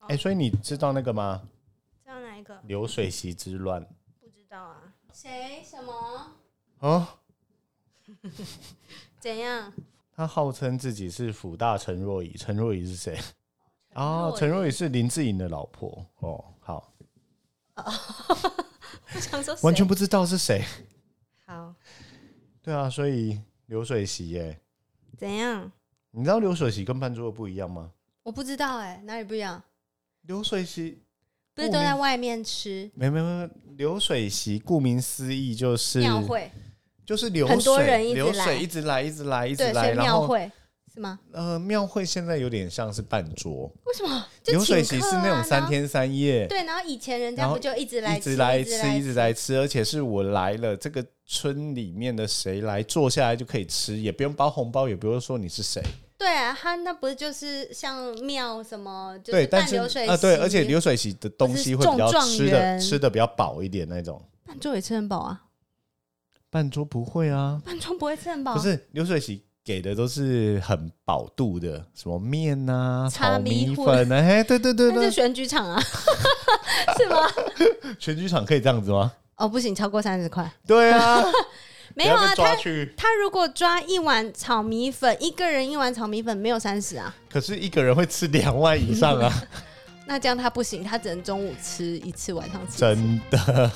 哦哎、所以你知道那个吗？知道哪一个？流水席之乱不知道啊。谁？什么？啊，怎样？他号称自己是辅大陈若仪，陈若仪是谁？哦，陈陈若若仪是林志颖的老婆。哦，好，我想说谁完全不知道是谁。好。对啊，所以流水席耶、怎样？你知道流水席跟办桌的不一样吗？我不知道哎、哪里不一样？流水席不是都在外面吃没没没，流水席顾名思义就是庙会？就是流水，很多人一直流来水一直来，一直来，一直对，所来。以然庙后会是吗？呃，庙会现在有点像是办桌，为什么？就流水请席客是那啊种三。然后天三夜，对，然后以前人家然不后就一直来一直来吃吃，一直来吃，而且是我来了，这个村里面的谁来坐下来就可以吃，也不用包红包，也不用说你是谁。对啊，他那不是就是像庙什么，就对，但办是流水席啊，对，而且流水席的东西会比较或是种吃状的元吃的比较饱一点那种。办桌也吃很饱啊，办桌不会啊，办桌不会吃很饱不，是流水席给的都是很饱肚的，什么面啊、叉炒米米粉粉啊，哎，对对对那对是，选举场啊，是吗？全剧场可以这样子吗？哦，不行，超过三十块对啊， 没有不要啊，被抓他去。他如果抓一碗炒米粉，一个人一碗炒米粉没有三十啊，可是一个人会吃两万以上啊， 那这样他不行，他只能中午吃一次，晚上吃一次。真的。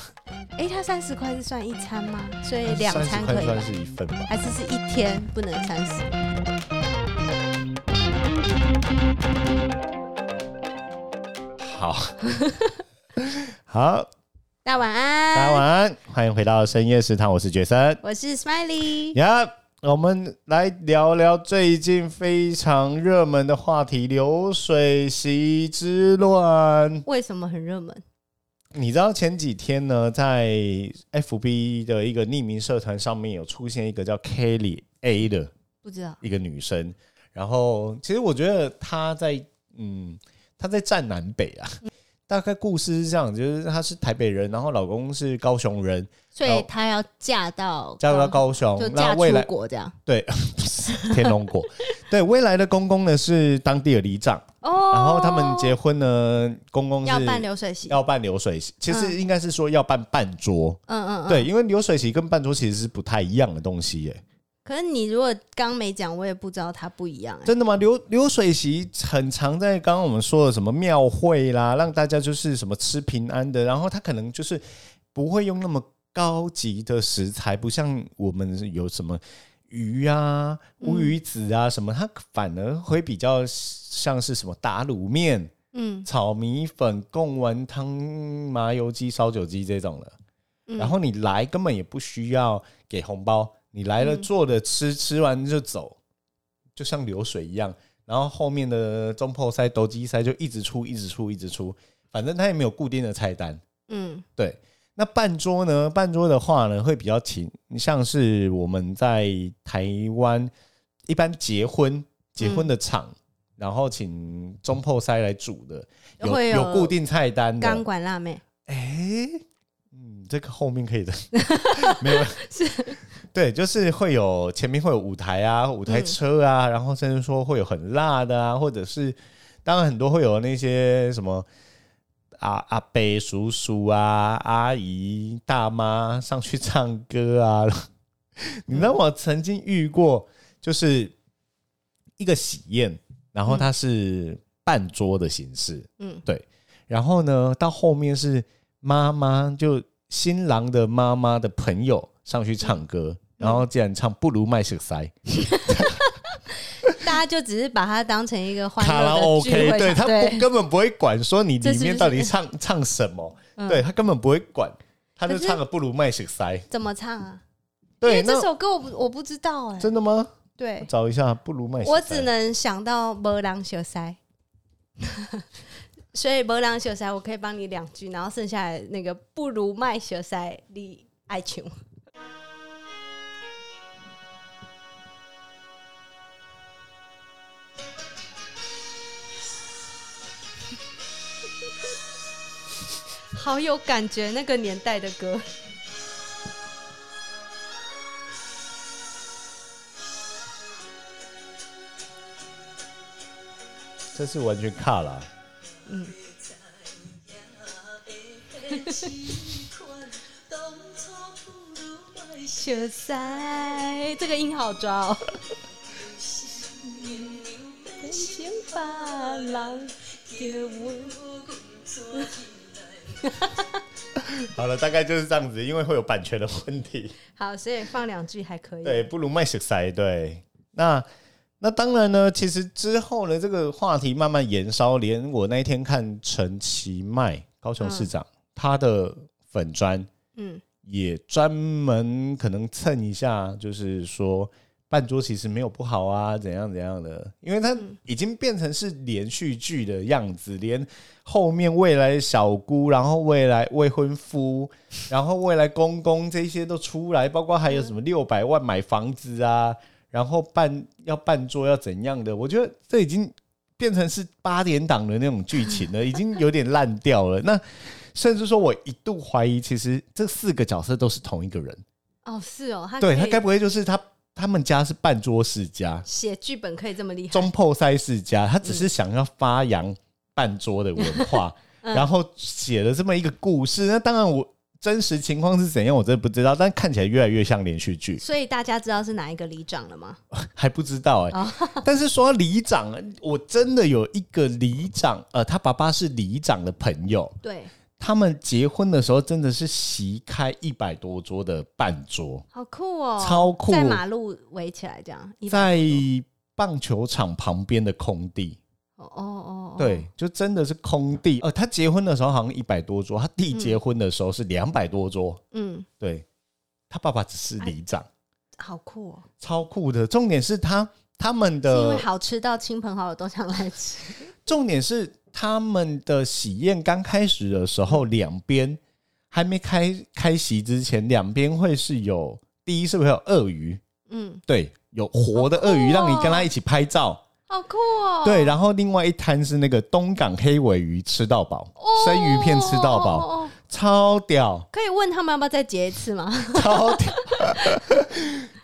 哎、他三十块是算一餐吗？所以两餐30可块以吧算？是一份吧。还是是一天不能三十？好， 好，大家晚大家安，晚安，欢迎回到深夜食堂，我是觉森。我是 Smiley。呀、我们来聊聊最近非常热门的话题——流水席之乱。为什么很热门？你知道前几天呢，在 FB 的一个匿名社团上面有出现一个叫 Kelly A 的不知道。一个女生，然后其实我觉得她在嗯，她在站南北啊。大概故事是这样，就是她是台北人，然后老公是高雄人，所然以后她要嫁到嫁到高雄就，那嫁未来出国这样 天龙国，对未来的公公呢是当地的里长，哦然后他们结婚呢，公公要是办流水席，嗯要办流水席，其实嗯应该是说要办半桌，嗯嗯，对，。因为流水席跟半桌其实是不太一样的东西耶。可是你如果刚没讲，我也不知道它不一样、欸。真的吗？流流水席很常在刚刚我们说的什么庙会啦，让大家就是什么吃平安的，然后他可能就是不会用那么高级的食材，不像我们有什么鱼啊、乌鱼子啊什么，它反而会比较像是什么打卤面、嗯炒米粉、贡丸汤、麻油鸡、烧酒鸡这种的。嗯，然后你来根本也不需要给红包，你来了嗯坐着吃，吃完就走，就像流水一样。然后后面的中破塞、斗鸡塞就一直出，一直出，一直出，反正他也没有固定的菜单。嗯对，那半桌呢？半桌的话呢，会比较勤，像是我们在台湾一般结婚结婚嗯的场，然后请中破塞来煮的，有会有固定菜单的，钢管辣妹哎、嗯，这个后面可以的，没有是，对，就是会有前面会有舞台啊，舞台车啊，然后甚至说会有很辣的啊，或者是当然很多会有那些什么阿阿伯、叔叔啊、阿姨、大妈上去唱歌啊， 你知道我曾经遇过，就是一个喜宴，然后它是半桌的形式，嗯然后呢，到后面是妈妈，就新郎的妈妈的朋友上去唱歌，嗯然后竟然唱不如卖血塞大家就只是把它当成一个欢卡拉乐的聚 OK，会对场，他不根本不会管说你这里是不面是到底唱唱什么，嗯对他根本不会管，他就可是唱了不如卖血塞。怎么唱啊？因对，为这那首歌我不我不知道哎、真的吗？对，找一下不如卖血塞。我只能想到波浪小塞， 所以波浪小塞我可以帮你两句，然后剩下来那个不如卖小塞你爱情。 好有感觉，那个年代的歌。这是完全卡啦，嗯。雪塞，这个音好抓哦。好了，大概就是这样子，因为会有版权的问题。好，所以放两句还可以。对，不如卖雪塞。对，那那当然呢，其实之后呢，这个话题慢慢延烧，连我那一天看陈其迈高雄市长、他的粉砖嗯，也专门可能蹭一下，就是说半桌其实没有不好啊，怎样怎样的，因为它已经变成是连续剧的样子，连后面未来小姑，然后未来未婚夫，然后未来公公这些都出来，包括还有什么六百万买房子啊，然后办要办桌要怎样的，我觉得这已经变成是八点档的那种剧情了，已经有点烂掉了。那甚至说我一度怀疑，其实这四个角色都是同一个人，哦，是哦，他对可他以该不会就是他他们家是半桌世 家、写剧本可以这么厉害？中破塞世家，他嗯只是想要发扬半桌的文 化，嗯然后写了这么一个故事。那当然我。真实情况是怎样，我真的不知道，但看起来越来越像连续剧， 所以大家知道是哪一个里长了吗？还不知道哎、哦 但是说到里长，我真的有一个里长，呃，他爸爸是里长的朋友，对，他们结婚的时候真的是席开一百多桌的半桌，好酷哦，超酷在马路围起来这样，一在棒球场旁边的空地，哦哦哦，哦，对，就真的是空地。呃，他结婚的时候好像一百多桌，他弟结婚的时候是两百多桌，嗯，对他爸爸只是里长，好酷哦，超酷的。重点是他他们是因的为好吃到亲朋好友都想来吃，重点是他们的喜宴刚开始的时嗯候，两边还没开开席之前，两边会是有第一是会有鳄鱼，嗯，对，有活的鳄鱼好酷哦让你跟它一起拍照，好酷哦，对，然后另外一摊是那个东港黑尾鱼吃到饱，哦，生鱼片吃到哦饱，哦哦超屌， 可以问他们要不要再结一次吗？超屌。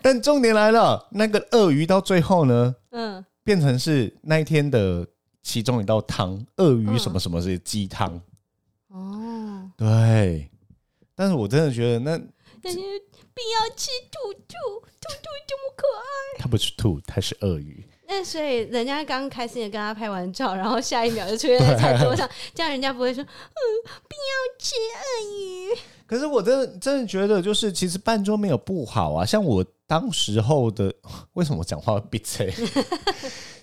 但重点来了，那个鳄鱼到最后呢，嗯，变成是那一天的其中一道汤，鳄鱼嗯什么什么是鸡汤。哦，对，但是我真的觉得那但是不要吃兔兔，兔兔这么可爱。它不是兔，它是鳄鱼。那所以人家刚开心的跟他拍完照，然后下一秒就出现在餐桌上，这样人家不会说嗯不要吃鳄鱼。可是我真的真的觉得，就是其实半桌没有不好啊。像我当时候的， 为什么我讲话会闭嘴？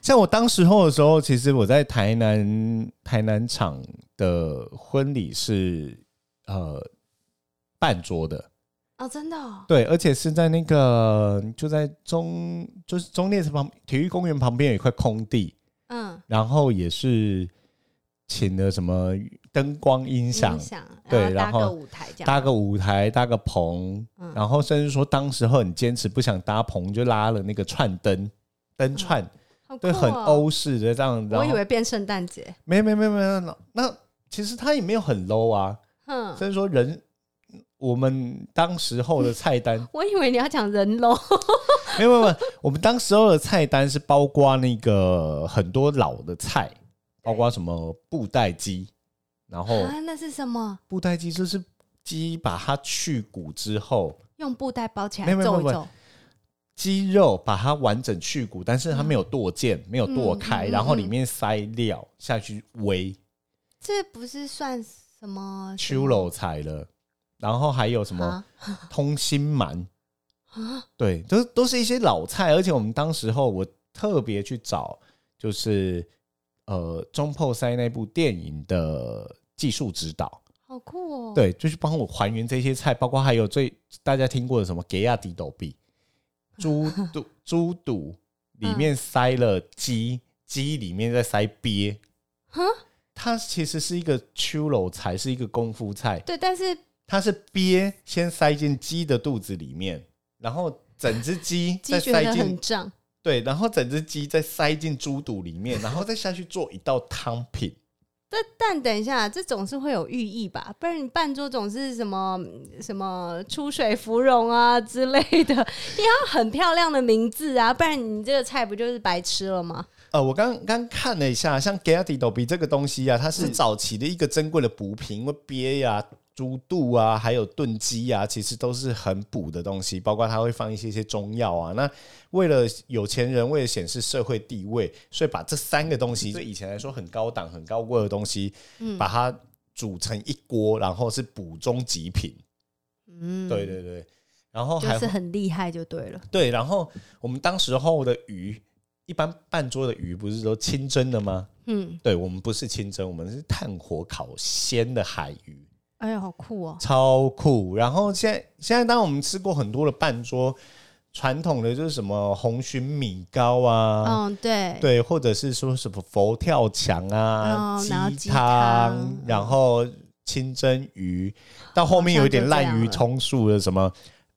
像我当时候的时候，其实我在台南台南场的婚礼是呃半桌的，哦，真的、哦，对，而且是在那个就在中就是中烈池旁体育公园旁边有一块空地，嗯，然后也是请了什么灯光音响音，响，对然后搭然后个舞台这样，搭个舞台，搭个棚，嗯然后甚至说当时候很坚持不想搭棚，就拉了那个串灯。灯串、好酷对，哦很。欧式的这样，然我以后为变圣诞节，没没没没没，那其实它也没有很 low 啊，哼，甚至说人，我们当时候的菜单， 我以为你要讲人喽。没有没有没有，我们当时候的菜单是包括那个很多老的菜，包括什么布袋鸡，然后啊，那是什么？布袋鸡就是鸡把它去骨之后，用布袋包起来没有没有皱一没有皱，鸡肉把它完整去骨，但是它没有剁件，没有剁开，嗯嗯嗯嗯然后里面塞料下去煨，这不是算什么什秋么肉菜了，然后还有什么啊通心鳗，啊？对，都都是一些老菜，而且我们当时候我特别去找，就是呃中破塞那部电影的技术指导，好酷哦！，对，就是帮我还原这些菜，包括还有最大家听过的什么给亚迪斗 币，猪肚猪肚里嗯面塞了鸡，鸡里面再塞鳖，哈，它其实是一个秋楼菜，是一个功夫菜，对，但是它是鳖先塞进鸡的肚子里面，然后整只鸡 鸡再觉塞得进很胀，对，然后整只鸡再塞进猪肚里面，然后再下去做一道汤品。但但等一下，这总是会有寓意吧？不然你半桌总是什么什么出水芙蓉啊 之类的，你要很漂亮的名字啊，不然你这个菜不就是白吃了吗？呃，我刚刚看了一下，像 g a t i d o b 这个东西啊，它嗯是早期的一个珍贵的补品，因为鳖呀、猪肚啊，还有炖鸡啊，其实都是很补的东西，包括它会放一些一些中药啊。那为了有钱人，为了显示社会地位，所以把这三个嗯东西，对以前来说很高档、很高贵的东西，把它煮成一锅，然后是补中极品。嗯，对，对对，然后还会就是很厉害就对了。对，然后我们当时候的鱼，一般半桌的鱼不是都清蒸的吗？嗯，对，我们不是清蒸，我们是炭火烤鲜的海鱼，哎呀，好酷哦！超酷。然后现在现在，当我们吃过很多的半桌，传统的就是什么红鲟米糕啊。嗯，对，对，或者是说什么佛跳墙啊、哦然后鸡汤汤，然后清蒸鱼，到后面有一点滥竽充数的什么。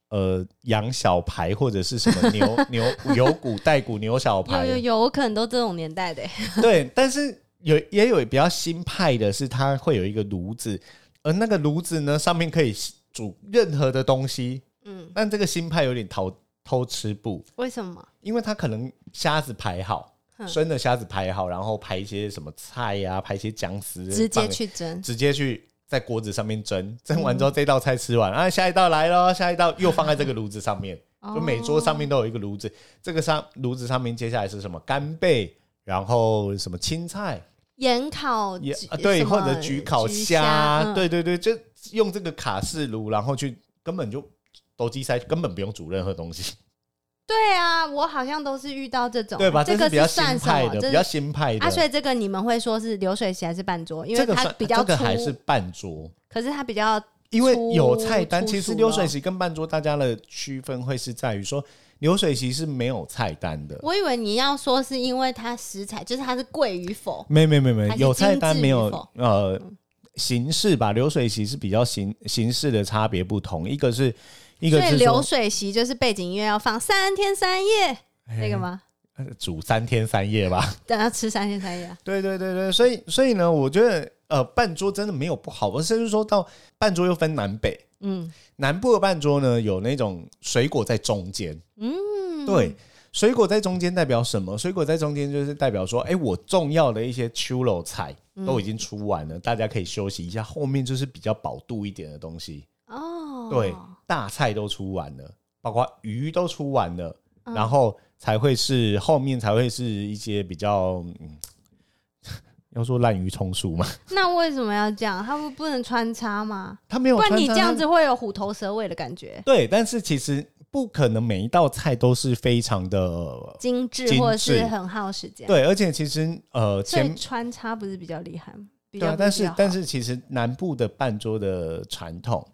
呃，羊小排或者是什么牛 牛有骨带骨牛小排，有有有，我可能都这种年代的。欸 对，但是有也有比较新派的是，它会有一个炉子，而那个炉子呢上面可以煮任何的东西。嗯，但这个新派有点偷偷吃不，为什么？因为它可能虾子排好，嗯生的虾子排好，然后排一些什么菜呀、排一些姜丝，直接放去蒸？直接去。在锅子上面蒸，蒸完之嗯后这道菜吃完，啊，下一道来咯，下一道又放在这个炉子上面，哦就每桌上面都有一个炉子，这个上炉子上面接下来是什么干贝，然后什么青菜，盐烤也、橘啊、对，什或么者焗烤橘虾，嗯对对对，就用这个卡式炉，然后去根本就斗鸡塞，根本不用煮任何东西，对啊，我好像都是遇到这种，对吧？这是个比较新算什派么？的，这比较新派的。啊，所以这个你们会说是流水席还是半桌？因为这个它算比较这个粗，还是半桌，可是它比较因为有菜单。粗其实粗流了水席跟半桌大家的区分会是在于说，流水席是没有菜单的，我以为你要说是因为它食材，就是它是贵与否。没没没没还是有菜单精致没有与否呃形式吧？流水席是比较形形式的差别不同，一个是一个所以是流说水席就是背景音乐要放三天三夜，那个吗？呃煮三天三夜吧。等他吃三天三夜啊、对对对对，所以所以呢，我觉得呃半桌真的没有不好，我甚至说到半桌又分南北，嗯南部的半桌呢有那种水果在中间，嗯，对。水果在中间代表什么？水果在中间就是代表说，哎、我重要的一些秋肉菜嗯都已经出完了，大家可以休息一下。后面就是比较饱肚一点的东西。哦，对，大菜都出完了，包括鱼都出完了，嗯然后才会是后面才会是一些比较，嗯、 要说滥竽充数嘛， 那为什么要这样？他不不能穿插吗？他没有不穿插，然你这样子会有虎头蛇尾的感觉，对，但是其实不可能每一道菜都是非常的精致精致或者是很耗时间。，对，而且其实呃所以前。穿插不是比较厉害吗？比对较啊，不但比较是好但是其实南部的半桌的传统，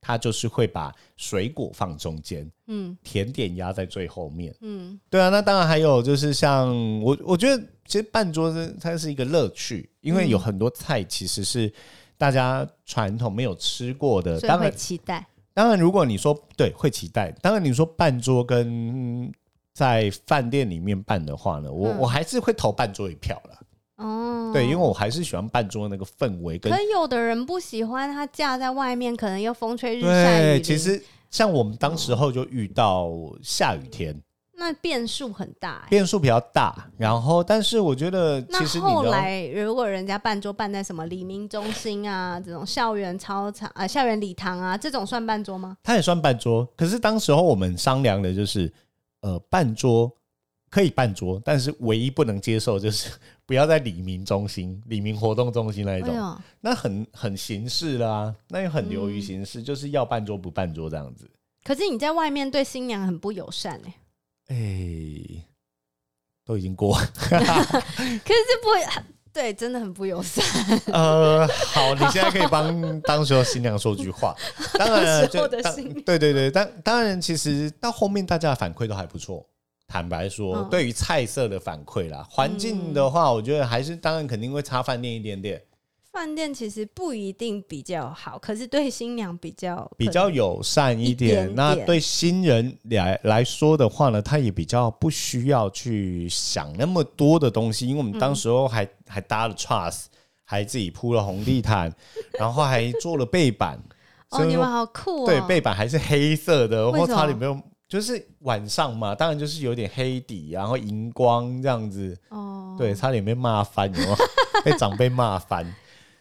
它就是会把水果放中间，嗯甜点压在最后面。嗯对啊，那当然还有就是像我，我觉得其实办桌子它是一个乐趣，因嗯为有很多菜其实是大家传统没有吃过的。所以呃当会然，期待。当然如果你说对会期待，当然你说办桌跟在饭店里面办的话呢，我、嗯我还是会投办桌一票啦。哦，对，因为我还是喜欢办桌那个氛围跟可有的人不喜欢它架在外面，可能又风吹日晒雨对，淋，其实。像我们当时候就遇到下雨天，那变数很大、欸。变数比较大，然后但是我觉得其那实你后都来，如果人家办桌办在什么黎明中心啊，这种校园操场啊、校园礼堂啊，这种算办桌吗？它也算半桌。可是当时候我们商量的就是，呃，半桌可以半桌，但是唯一不能接受就是不要在李明中心、李明活动中心那一种，哎呦，那很很形式啦、那又很流于形式，就是要半桌不半桌这样子。可是你在外面对新娘很不友善哎、哎、都已经过，可是这不对，真的很不友善。 呃，好，你现在可以帮当时候新娘说句 话。当然了，当时候的就当新娘对对对，当当然，其实到后面大家的反馈都还不错。坦白说，嗯对于菜色的反馈啦，环境的话，我觉得还是当然肯定会差饭店一点点，饭店其实不一定比较好，可是对新娘比较比较友善一点。一点点那对新人来来说的话呢，他也比较不需要去想那么多的东西，因为我们当时候还、还搭了 truss，还自己铺了红地 毯，然后还做了背板。哦，所以你说们好酷哦！对，背板还是黑色的，为或什么差点没有，就是晚上嘛，当然就是有点黑底，然后荧光这样子。哦，对，差点被骂翻， 有没有被长辈骂翻。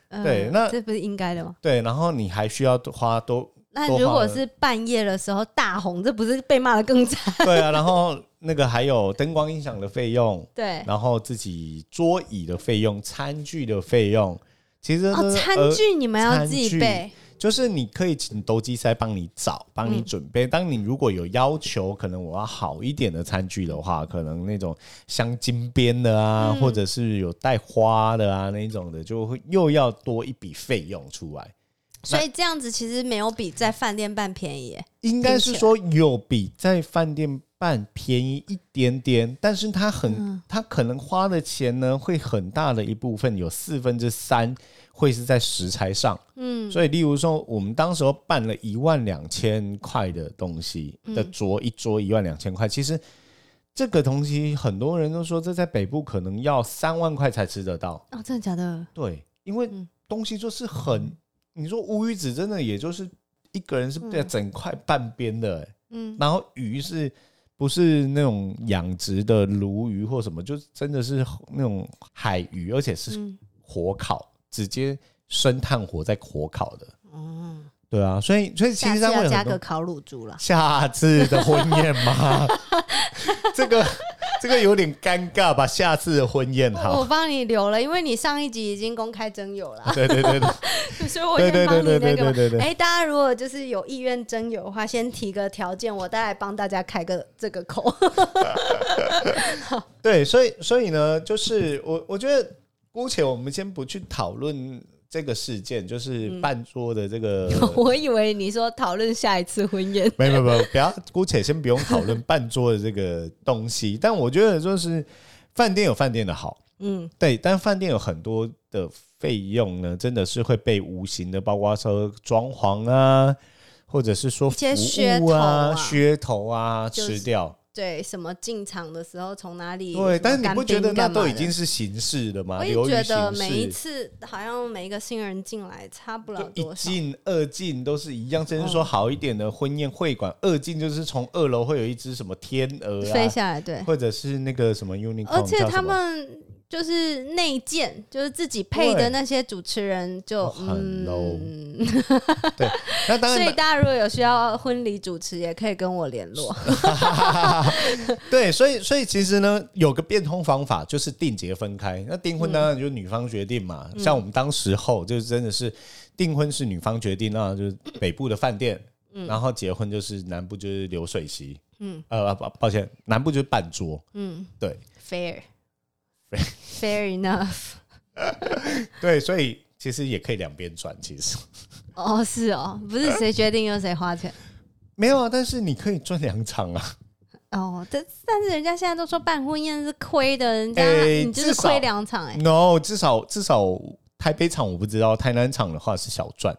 呃对那这不是应该的吗？对，然后你还需要多花多那多如花果了是半夜的时候大红，这不是被骂的 更惨？对啊，然后那个还有灯光音响的费 用，对，然后自己桌椅的费用、餐具的费用，其实呃都哦，是餐额具你们要餐自己具备，就是你可以请斗鸡塞帮你找、帮你嗯准备。当你如果有要求，可能我要好一点的餐具的话，可能那种镶金边的啊，嗯或者是有带花的啊那一种的，就会又要多一笔费用出来。所以这样子其实没有比在饭店办便宜耶。应该是说有比在饭店办便宜一点点，但是他很、嗯他可能花的钱呢，会很大的一部分有四分之三会是在食材上。嗯，所以，例如说，我们当时候办了一万两千块的东西的嗯桌，一桌一万两千块，其实这个东西很多人都说，这在北部可能要三万块才吃得到。哦，真的假的？对，因为嗯东西就是很，你说乌鱼子真的也就是一个人是嗯整块半边的、欸嗯，然后鱼是不是那种养殖的鲈鱼或什么，就是真的是那种海鱼，而且是嗯，火烤，直接生炭火在火烤的。哦，对啊，所以所以其下实次上会要有加很个多烤乳猪啦。下次的婚宴 吗？这个这个有点尴尬吧？下次的婚宴我好我，帮你留了，因为你上一集已经公开征 友了，啊对对对对所以我对先对帮对对你对那个对嘛。对对。哎，大家如果就是有意愿征友的话，先提个条件，我大概帮大家开个这个口。对，所以所以呢，就是我我觉得，姑且我们先不去讨论这个事件，就是嗯半桌的这 个， 我以为你说讨论下一次婚宴，没有没有，不要，姑且先不用讨论半桌的这个东西。但我觉得就是饭店有饭店的好，嗯，对，但饭店有很多的费用呢，真的是会被无形的，包括说装潢啊，或者是说一些服务噱头啊噱头啊，就是吃掉。对，什么进场的时候从哪里？对，但是你不觉得那都已经是？是形式了吗？我也流于觉得形每式一次好像每一个新人进来差不了就一多少。进二进都是一样，甚至说哦好一点的婚宴会馆，二进就是从二楼会有一只什么天鹅飞啊，下来，对，或者是那个什么 unicorn，而且叫他什么们就是内建，就是自己配的对那些主持人就哦很 low 嗯，那当所以然大家如果有需要婚礼主持，也可以跟我联络。对，所以所以其实呢，有个变通方法就是订结分开。那订婚当嗯然就是女方决定嘛，像我们当时候就是真的是订婚是女方决定，那就是北部的饭店，然后结婚就是南部就是流水席，嗯嗯，呃，抱抱歉，南部就是半桌，嗯对， ，fair。Fair enough，对，所以其实也可以两边转，其实。哦，是哦，不是谁决定由谁花钱没有啊，但是你可以赚两场啊。哦，但但是人家现在都说办婚宴是亏的，人家、哎你就是至少亏两场哎、 no，至少至少台北场我不知道，台南场的话是小赚。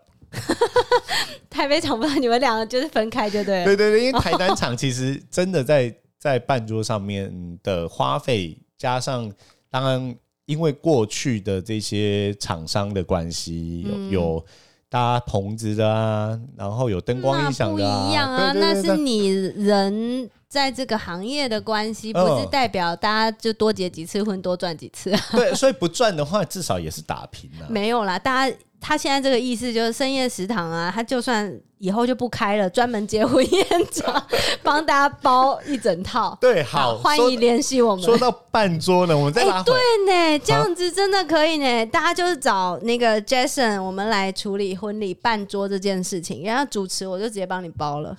台北场不到你们两个就是分开就对了，对对对，因为台南场其 实真的在在办桌上面的花费，加上当然因为过去的这些厂商的关系，有、有搭棚子的啊，然后有灯光音响的、那不一样啊，对对对对那是你人在这个行业的关系，嗯不是代表大家就多结几次婚，多赚几次、啊， 对，所以不赚的话，至少也是打平啊。没有啦，大家。他现在这个意思就是深夜食堂啊，他就算以后就不开了，专门结婚宴 场，帮大家包一整套。对，好，欢说迎联系我们。说到半桌呢，我哦们再拉回来。对呢，这样子真的可以呢。大家就是找那个 Jason，我们来处理婚礼办桌这件事情，然后主持我就直接帮你包 了。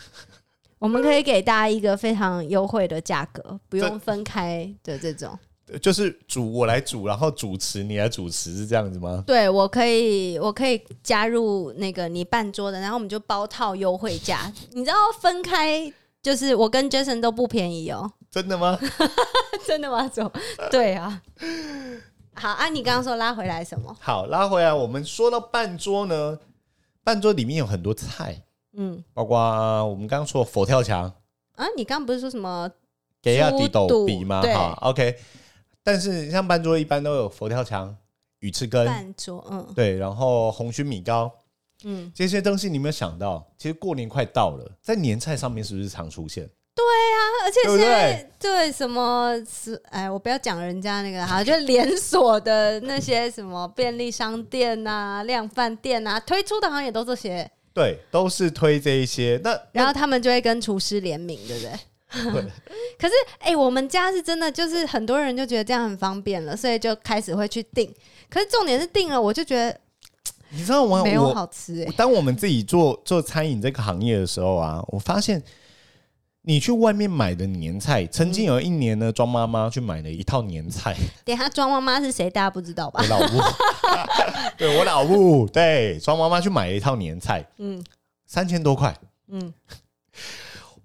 我们可以给大家一个非常优惠的价格，不用分开的这种。就是主我来主，然后主持你来主持是这样子吗？对我可以，我可以加入那个你办桌的，然后我们就包套优惠价。你知道分开就是我跟 Jason 都不便宜哦，真的吗？ 真的吗？总对啊。好啊，你刚刚说拉回来什么？好，拉回来，我们说到半桌呢，半桌里面有很多菜，嗯包括我们刚刚说的佛跳墙、啊，你刚刚不是说什么给亚底猪斗肚比嘛，对哈，OK。但是像半桌一般都有佛跳墙、鱼翅根，饭桌，嗯对，然后红曲米糕嗯，这些东西，你有没有想到？其实过年快到了，在年菜上面是不是常出现？啊，而且对不现在对对什么是哎，我不要讲人家那个哈，就连锁的那些什么便利商店啊、量贩店啊，推出的好像也都这些，对，都是推这一些。那然后他们就会跟厨师联名，对不对？会 可是哎、我们家是真的，就是很多人就觉得这样很方便了，所以就开始会去订。可是重点是订了，我就觉得你知道吗？没有哦我好吃哎、当我们自己做做餐饮这个行业的时候啊，我发现你去外面买的年菜，曾经有一年呢，庄妈妈去买了一套年菜，等一下庄妈妈是谁，大家不知道吧我？老母，对我老母，对庄妈妈去买了一套年菜，嗯三千多块，嗯，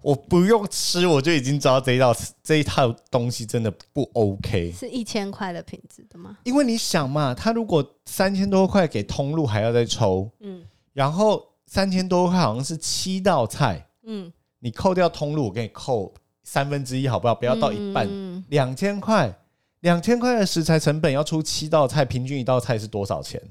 我不用吃我就已经知道这一道这一套东西真的不 OK。是一千块的品质的吗？因为你想嘛，他如果三千多块给通路还要再抽，嗯然后三千多块好像是七道菜，嗯，你扣掉通路，我给你扣三分之一，好不好？不不要到一半，嗯两千块，两千块的食材成本要出七道菜，平均一道菜是多少钱？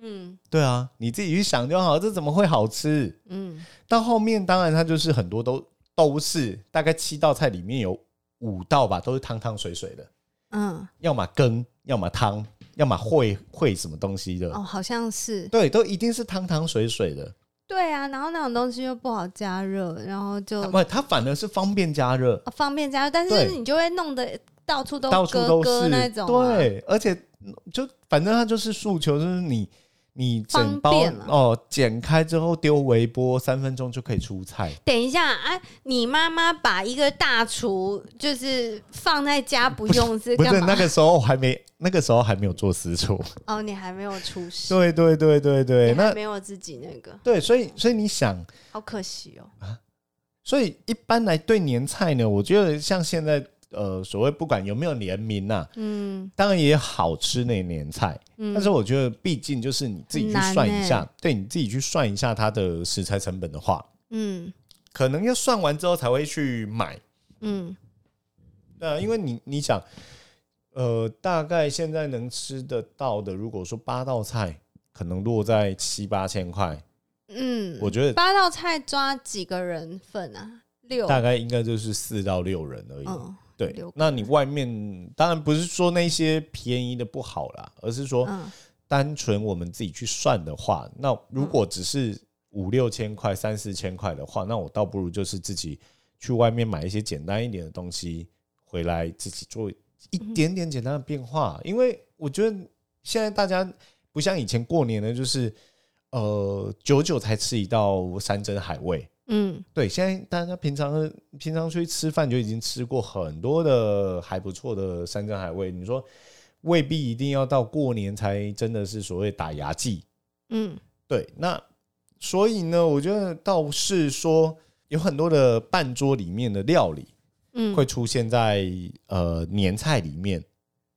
嗯对啊，你自己去想就好，这怎么会好吃？嗯到后面当然它就是很多都都是大概七道菜里面有五道吧，都是汤汤水水的，嗯，要么羹，要么汤，要么烩烩什么东西的。哦，好像是对，都一定是汤汤水水的，对啊。然后那种东西又不好加热，然后就、不，它反而是方便加热，哦方便加热，但啊对是你就会弄得到处都到处咯都咯是那种、啊，，对，而且嗯就反正它就是诉求，就是你你整包方便啊了哦，剪开之后丢微波，三分钟就可以出菜。等一下啊，你妈妈把一个大厨就是放在家不用是不干是嘛？那个时候还没，那个时候还没有做私 厨。哦，你还没有出师，对对对对对，你还那没有自己那个，对，所以所以你想，好可惜哦。所以一般来对年菜呢，我觉得像现在呃，所谓不管有没有联名呐、嗯当然也好吃那年菜，嗯但是我觉得，毕竟就是你自己去算一下，很难欸对你自己去算一下它的食材成本的话，嗯可能要算完之后才会去买。嗯对啊，因为你你想，呃，大概现在能吃得到的，如果说八道菜，可能落在七八千块，嗯，我觉得八道菜抓几个人份啊？六，大概应该就是四到六人而已。嗯对六，个那你外面当然不是说那些便宜的不好啦，而是说嗯单纯我们自己去算的话，那如果只是五六千块、三四千块的话，那我倒不如就是自己去外面买一些简单一点的东西回来，自己做一点点简单的变化。因为我觉得现在大家不像以前过年呢，就是呃久久才吃一道山珍海味。嗯对，现在大家平常平常出去吃饭就已经吃过很多的还不错的山珍海味，你说未必一定要到过年才真的是所谓打牙祭。嗯对，那所以呢，我觉得倒是说有很多的半桌里面的料理嗯，会出现在呃年菜里面，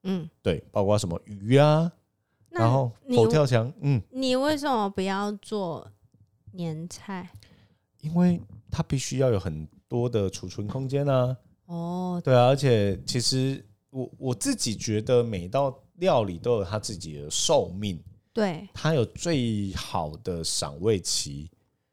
嗯，对，包括什么鱼啊，那然后你佛跳墙，嗯，你为什么不要做年菜？因为它必须要有很多的储存空间啊。哦，对啊，而且其实我我自己觉得每道料理都有它自己的寿命，对它有最好的赏味期。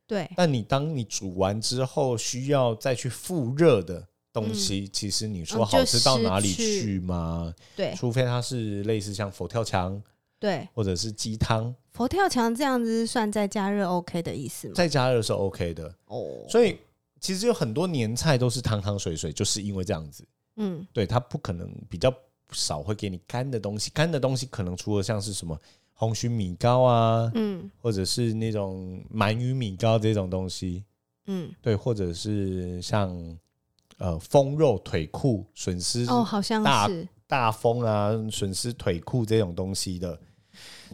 对，但你当你煮完之后，需要再去复热的东西，其实你说嗯好就吃到哪里失去去吗？对除非它是类似像佛跳墙对，或者是鸡汤，佛跳墙这样子是算在加热 OK 的意思吗？在加热是 OK 的。哦，所以其实有很多年菜都是汤汤水水，就是因为这样子。嗯对，它不可能比较少会给你干的东西，干的东西可能除了像是什么红曲米糕啊，嗯或者是那种鳗鱼米糕这种东西，嗯，对，或者是像呃风肉腿裤、笋丝、哦，好像大是，大风啊、笋丝腿裤这种东西的。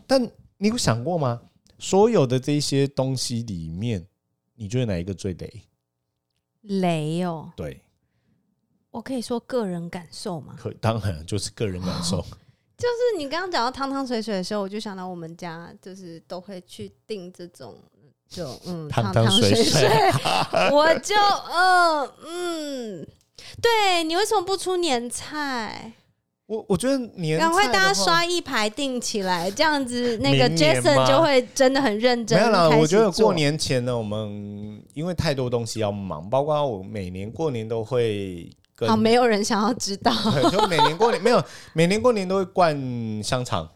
但你有想过吗？所有的这些东西里面，你觉得哪一个最雷？雷哦，对，我可以说个人感受吗？可当然就是个人感 受。就是你刚刚讲到汤汤水水的时候，我就想到我们家就是都会去订这种。就嗯，汤汤汤水水水， 我就嗯嗯，对你为什么不出年菜？我我觉得年赶快菜的大家话刷一排订起来，这样子那个明年吗 Jason 就会真的很认真。没有啦，开始我觉得做过年前呢，我们因为太多东西要忙，包括我每年过年都会跟好，哦没有人想要知道。对 就每年过年没有，每年过年都会灌香肠，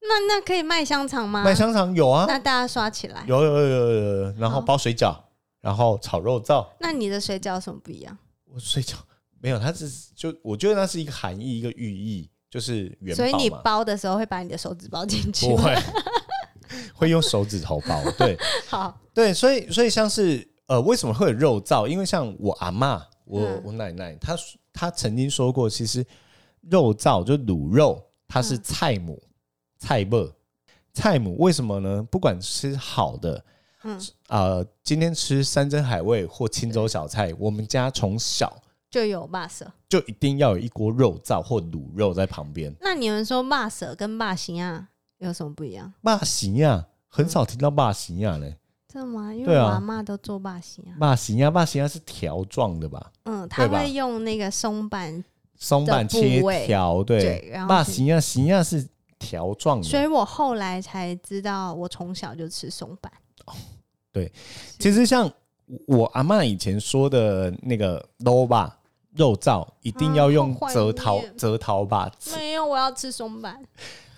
那那可以卖香肠吗？卖香肠有啊，那哦大家刷起来。有有有有有有，然后包水饺，然后炒肉燥，那你的水饺有什么不一样？我水饺没有，它只是就我觉得那是一个含义，一个寓意，就是元所以你宝嘛，包的时候会把你的手指包进去不吗。 会 会用手指头包，对好，对，所以所以像是呃，为什么会有肉燥？因为像我阿妈，我、嗯我奶奶，她她曾经说过，其实肉燥就卤肉，它是嗯菜母、菜母菜母，为什么呢？不管吃好的，嗯，呃，今天吃山珍海味或青州小菜，嗯我们家从小就有骂舌。就一定要有一锅肉燥或卤肉在旁边。那你们说骂舌跟骂行啊有什么不一样？骂行呀，很少听到骂行呀嘞。真的吗？因为对啊我阿妈都做骂行啊。骂行呀，骂行呀是条状的吧？嗯，她对吧嗯会用那个松板，松板切条，对对。然后骂是行呀，行呀是条状所的。以我后来才知道，我从小就吃松板。其实像我阿嬷以前说的那个 low 吧，肉燥一定要用啊好怀折桃念折桃吧，没有，我要吃松板。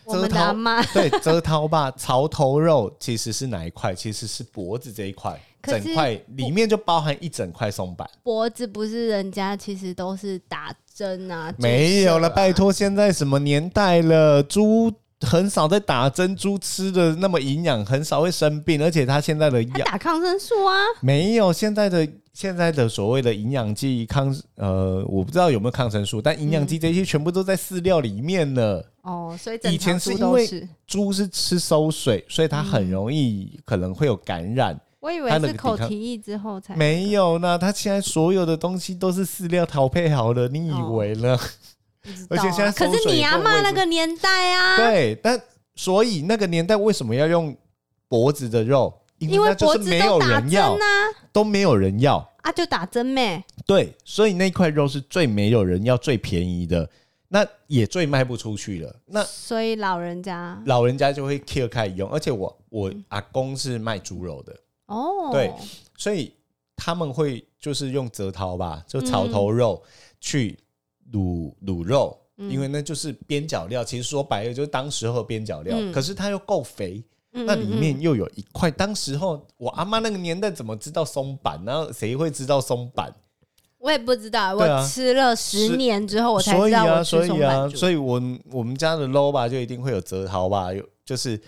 我折们的桃阿妈，对， 折桃吧，槽头肉其实是哪一块？其实是脖子这一块，可是整块里面就包含一整块松板。脖子不是人家其实都是打针啊，没有了，注射啊拜。托，现在什么年代了？猪很少在打针，猪吃的那么营养，很少会生病，而且它现在的他药打抗生素啊， 没有现在的现在的所谓的营养剂抗呃，我不知道有没有抗生素，但营嗯养剂这些全部都在饲料里面了。哦，所以整以前条是猪因都为是。猪是吃馊水，所以它很容易可能会有感染。我以它为那个是口抵抗蹄疫之后才没有呢，他现在所有的东西都是饲料调配好的，你以为呢？哦不知而且道啊现在可收是水你也阿不能妈喂那猪个年代啊， 对，但所以那个年代为什么要用脖子的肉？因为为那就脖是子没有都打人针要，呐、啊，都没有人要。啊就打针呗。对，所以那块肉是最没有人要、最便宜的，那也最卖不出去了。那所以老人家老人家就会 kill 开用，而且我我嗯阿公是卖猪肉的，哦，对所以他们会就是用折桃吧，就槽头肉去卤卤肉，嗯因为那就是边角料。其实说白了就是当时候的边角料，嗯可是它又够肥，嗯，那里面嗯又有一块。当时候我阿妈那个年代怎么知道松板？然后谁会知道松板？我也不知道，对啊我吃了是十年之后哦我才所知以道啊，我吃所松以啊，板猪。所以我我们家的 low 吧就一定会有折桃吧，有就是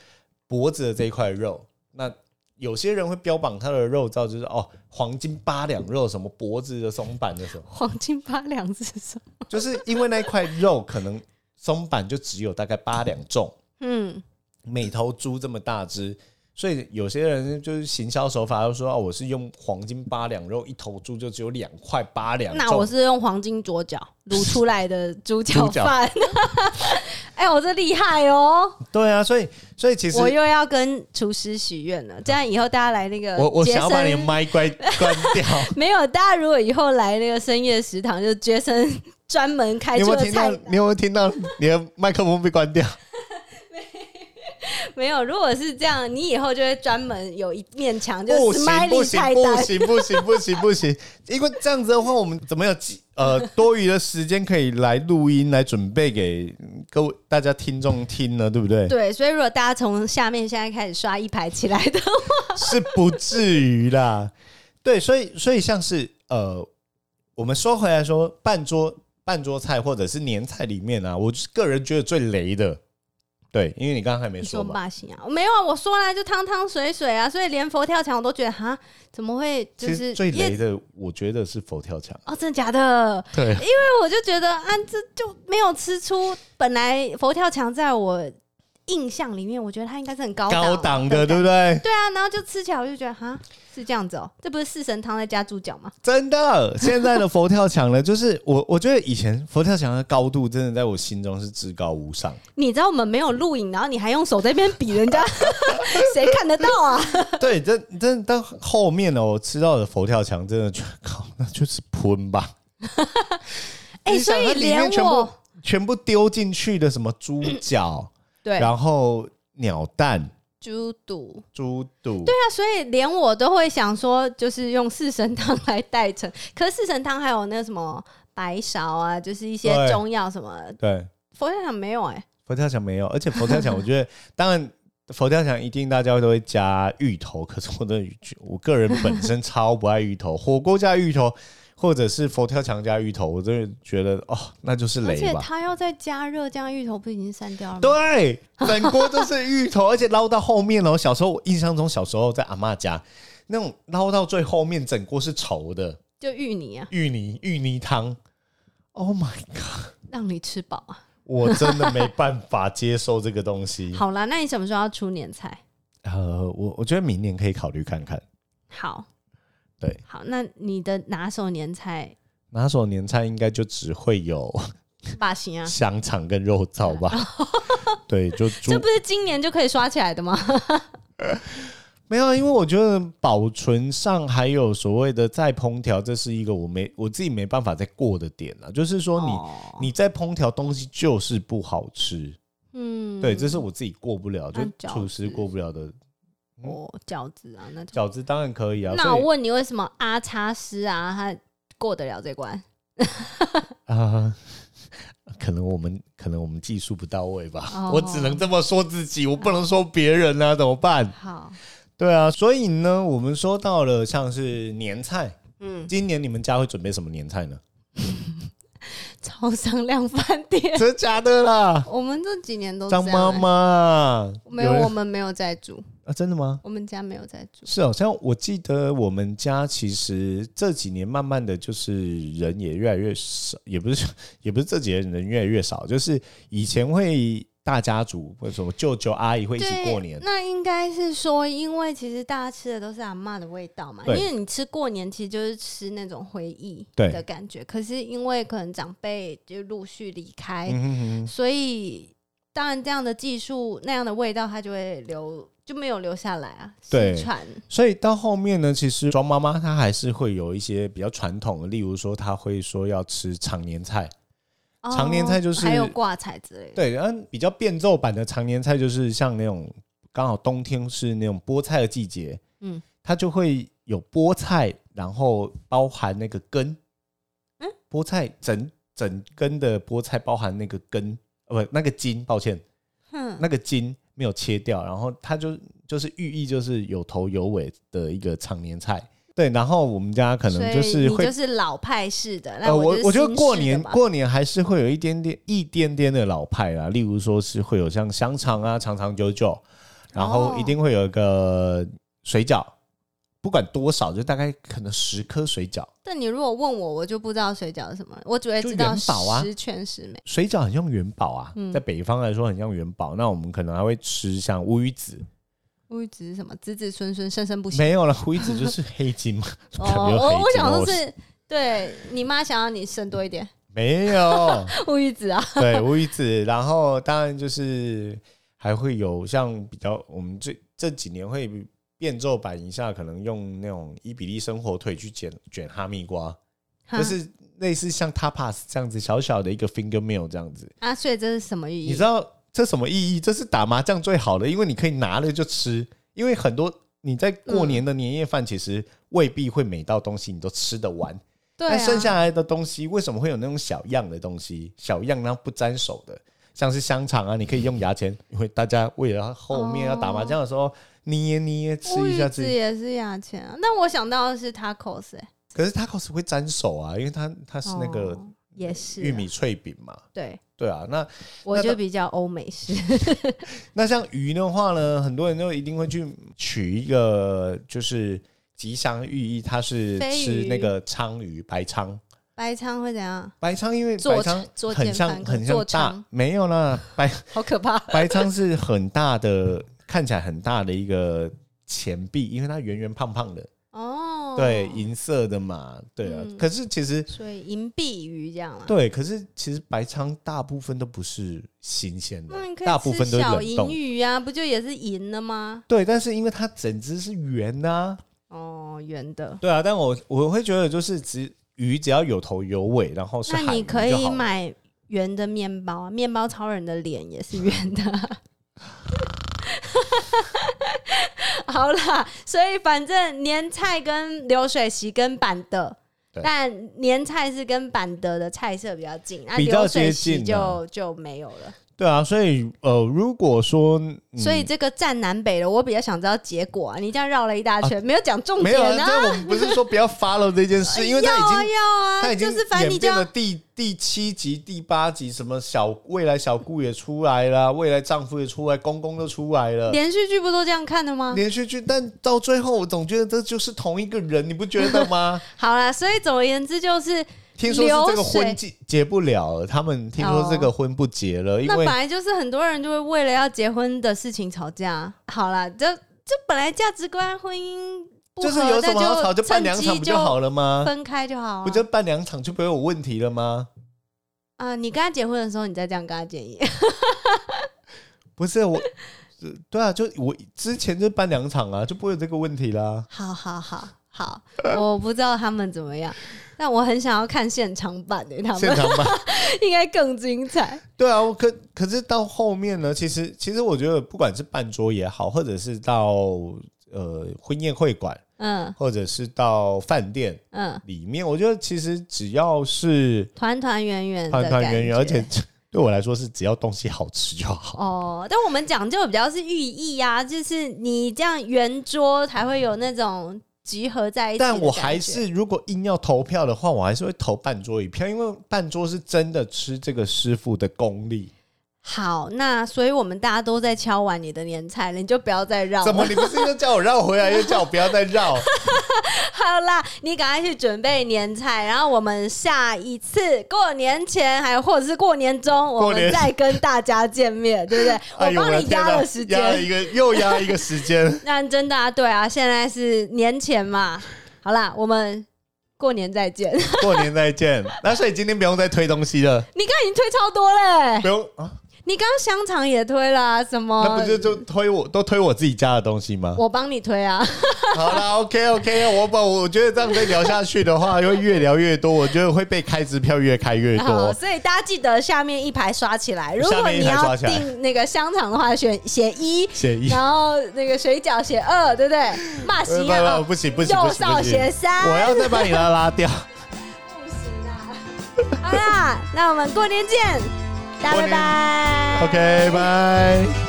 脖子的这一块肉。那有些人会标榜他的肉燥就是哦黄金八两肉，什么脖子的松板的什么。黄金八两是什么？ 就是因为那一块肉可能松板就只有大概八两重，嗯，每头猪这么大只，所以有些人就是行销手法，就说哦，我是用黄金八两肉，一头猪就只有两块八两重。那我是用黄金左脚卤出来的猪脚猪脚饭。 哎、我这厉害哦！对啊，所以所以其实啊我又要跟厨师许愿了，这样以后大家来那个我我杰想要把你的森麦关关掉。没有，大家如果以后来那个深夜食堂，就杰森专门开你有出没有的听到哎菜？你有没有听到你的麦克风被关 掉？没有，如果是这样，你以后就会专门有一面墙，就不是行 Smiley 不行菜不单。行不行不行不行， 因为这样子的话，我们怎么有几呃多余的时间可以来录音来准备给各位大家听众听呢？对不对？对，所以如果大家从下面现在开始刷一排起来的， 是不至于啦。对，所以所以像是呃，我们说回来说半桌半桌菜或者是年菜里面啊，我个人觉得最雷的，对，因为你刚刚还没你说说嘛。吧，行啊，没有啊，我说啦，就汤汤水水啊，所以连佛跳墙我都觉得哈，怎么会就其是实最因为雷的，我觉得是佛跳墙。哦，真的假的？对，所以我就觉得啊，这就没有吃出本来佛跳墙在我印象里面，我觉得它应该是很高档高档的，对对不对？对啊，然后就吃起来我就觉得哈是这样子哦、这不是四神汤再加猪脚吗？真的，现在的佛跳墙呢，就是 我我觉得以前佛跳墙的高度，真的在我心中是至高无 上。你知道我们没有录影，然后你还用手在那边比人 家，谁看得到啊？对，真真到后面呢，我吃到的佛跳墙，真的就 靠，那就是喷吧。哎、你所想以它里面连全部我全部丢进去的什么猪脚，对然后鸟蛋、猪肚，猪肚，对啊，所以连我都会想说，就是用四神汤来代称。可是四神汤还有那什么白芍啊，就是一些对中药什么。对，佛跳墙没有哎、佛跳墙没有，而且佛跳墙， 我觉得当然佛跳墙一定大家都会加芋头，可是我的我个人本身超不爱芋头，火锅加芋头或者是佛跳墙加芋头，我真的觉得哦，那就是而且雷吧。它要再加热，这样芋头不已经散掉了吗？对，整锅都是芋头，而且捞到后面哦。小时候我印象中，小时候在阿嬷家，那种捞到最后面，整锅是稠的就芋泥啊，芋泥芋泥汤。Oh my god！让你吃饱啊。我真的没办法接受这个东西。 好啦，那你什么时候要出年菜？呃，我我觉得明年可以考虑看看。好，对，好，那你的拿手年菜 拿手年菜应该就只会有把型啊？香肠跟肉燥吧？ 对， 就猪这不是今年就可以刷起来的吗？没有，啊因为我觉得保存上还有所谓的再烹调，这是一个我没我自己没办法再过的点了。就是说你，哦你再烹调东西就是不好吃，嗯，对，这是我自己过不了，就那饺子厨师过不了的。哦饺子啊那种。饺子当然可以啊，那所我以问你，为什么阿叉师啊他过得了这关？啊、 可能我们可能我们技术不到位吧，哦我只能这么说自己，我不能说别人啊，怎么办？好，对啊，所以呢，我们说到了像是年菜，嗯，今年你们家会准备什么年菜 呢？超商量饭店，真的假的啦？我们这几年都这张样妈欸妈没有，人我们没有在住，啊？真的吗？我们家没有在住。是哦，像我记得我们家其实这几年慢慢的就是人也越来越少，也不是也不是这几年人越来越少，就是以前会大家族或者什么舅舅阿姨会一起对，过年，那应该是说，因为其实大家吃的都是阿嬷的味道嘛，因对为你吃过年其实就是吃那种回忆对的感觉。可是因为可能长辈就陆续离开，嗯哼哼，所以当然这样的技术那样的味道，它就会留就没有留下来啊，对失传。所以到后面呢，其实庄妈妈她还是会有一些比较传统的，例如说她会说要吃常年菜，哦常年菜就是还有挂彩之类的，对，然后比较变奏版的常年菜就是像那种刚好冬天是那种菠菜的季节，嗯嗯，它就会有菠菜，然后包含那个根，嗯嗯，菠菜整整根的菠菜包含那个根，呃，不，那个茎，抱歉，哼，那个茎没有切掉，然后它就就是寓意就是有头有尾的一个常年菜。对，然后我们家可能就所以是你会就是老派式的。那呃，我就是我觉得新过式的年嘛过年还是会有一点点一点点的老派啦，例如说是会有像香肠啊、长长久久，然哦后一定会有一个水饺，不管多少，就大概可能十颗水饺。但你如果问我，我就不知道水饺是什么，我只会就知道元宝啊十全十美。水饺很像元宝啊，嗯在北方来说很像元宝。那我们可能还会吃像乌鱼子，乌鱼子是什么？子子孙孙，生生不息。没有了，乌鱼子就是黑金嘛。 哦，没有黑我我金想说我是，对你妈想要你生多一 点没有，乌鱼子 啊。对乌鱼子，然后当然就是还会有像比较我们这这几年会变奏版一下，可能用那种伊比利生火腿去卷卷哈密瓜，哈就是类似像 tapas 这样子小小的一个 finger meal 这样子。啊，所以这是什么寓你意知？道这什么意义？这是打麻将最好的，因为你可以拿了就吃，因为很多。你在过年的年夜饭，其实未必会每道东西你都吃得完，对、啊，但剩下来的东西为什么会有那种小样的东西？小样然后不沾手的，像是香肠啊，你可以用牙签，因为大家为了后面要打麻将的时候、捏捏吃乌一鱼下子自己。也是牙签啊。那我想到的是 tacos，、欸、可是 tacos 会沾手啊，因为它它是那个哦也是啊玉。米脆饼嘛。对，对啊，那我那就它比较欧美式。 那像鱼的话呢，很多人都一定会去取一个就是吉祥寓意，它是飞吃鱼那个鲳鱼白鲳，白仓会怎样？白鲳因为做白鲳做很煎像饭很做像鲳大没有啦，白好可怕！白鲳是很大的，看起来很大的一个钱币，因为它圆圆胖胖的，哦，对，银色的嘛，对啊。嗯可是其实所以银币鱼这样啊。对，可是其实白鲳大部分都不是新鲜的那你，可大以部吃分都是小冷银冻。鱼啊，不就也是银的吗？对，但是因为它整只是圆呐、哦，圆的。对啊。但我我会觉得就是只鱼只要有头有尾，然后是那海你鱼可就以好了买圆的面包啊，面包超人的脸也是圆的 啊。好啦，所以反正年菜跟流水席跟板的对但年菜是跟板德的菜色比较近，那比较流水接席近啊就就没有了。对啊，所以呃，如果说、嗯所以这个占南北的，我比较想知道结果啊。你这样绕了一大圈，没有讲重没有啊，点呢、但我们不是说不要 follow 这件 事，因为它已要啊经要啊，他已经就是反正你演就变要了第第七集、第八集，什么小未来小姑也出来了，未来丈夫也出来，公公都出来了。连续剧不都这样看的吗？连续剧，但到最后我总觉得这就是同一个人，你不觉得 吗？好啦，所以总而言之就是，听说是这个流水婚结结不了了，他们听说这个婚不结了，因那为本来就是很多人就会为了要结婚的事情吵架。好啦，这这本来价值观婚姻不合就是有什么好吵，那就就办两场趁不机就好了吗？分开就好了。不就办两场就不会有问题了吗？啊、你跟他结婚的时候，你再这样跟他建议， 不是我， 呃对啊，就我之前就办两场啊，就不会有这个问题啦。好好好好， 我不知道他们怎么样，但我很想要看现场版的、欸他现们场办。 应该更精彩。对啊，我可可是到后面呢，其实其实我觉得，不管是办桌也好，或者是到呃婚宴会馆，嗯或者是到饭店嗯，里面，我觉得其实只要是团团圆圆，团团圆圆，而且 对我来说是只要东西好吃就好。哦，但我们讲究比较是寓意啊，就是你这样圆桌才会有那种集合在一起的感但觉。我还是如果硬要投票的话，我还是会投半桌一票，因为半桌是真的吃这个师傅的功力。好，那所以我们大家都在敲完你的年菜了，你就不要再绕怎么了。你不是又叫我绕回来，又叫我不要再绕？ 好啦，你赶快去准备年菜，然后我们下一次过年前，还有或者是过年中，我过年们再跟大家见面，对不对？ 哎呦，我我帮的你天压哪了时，压了间，一个又压了一个时间。那真的啊，对啊，现在是年前嘛。好啦，我们过年再见。 过年再见。那所以今天不用再推东西了，你刚刚已经推超多欸嘞、不用啊，你刚刚香肠也推啦、什么？那不就就推我都推我自己家的东西吗？哦我帮你推啊？好啦 o k OK，我把我觉得这样再聊下去的话，会越聊越多，我觉得会被开支票越开越 好，多。所以大家记得下面一排刷起来。如果你下面一排刷要起来订那个香肠的话，选写一，写一，然后那个水饺写二，对不对？骂不不行不，啊，呃不行不行不右行少不写行，三， 我要再把你拉拉掉。不行啊。好啦，那我们过年见，大家过拜年拜。 OK，拜。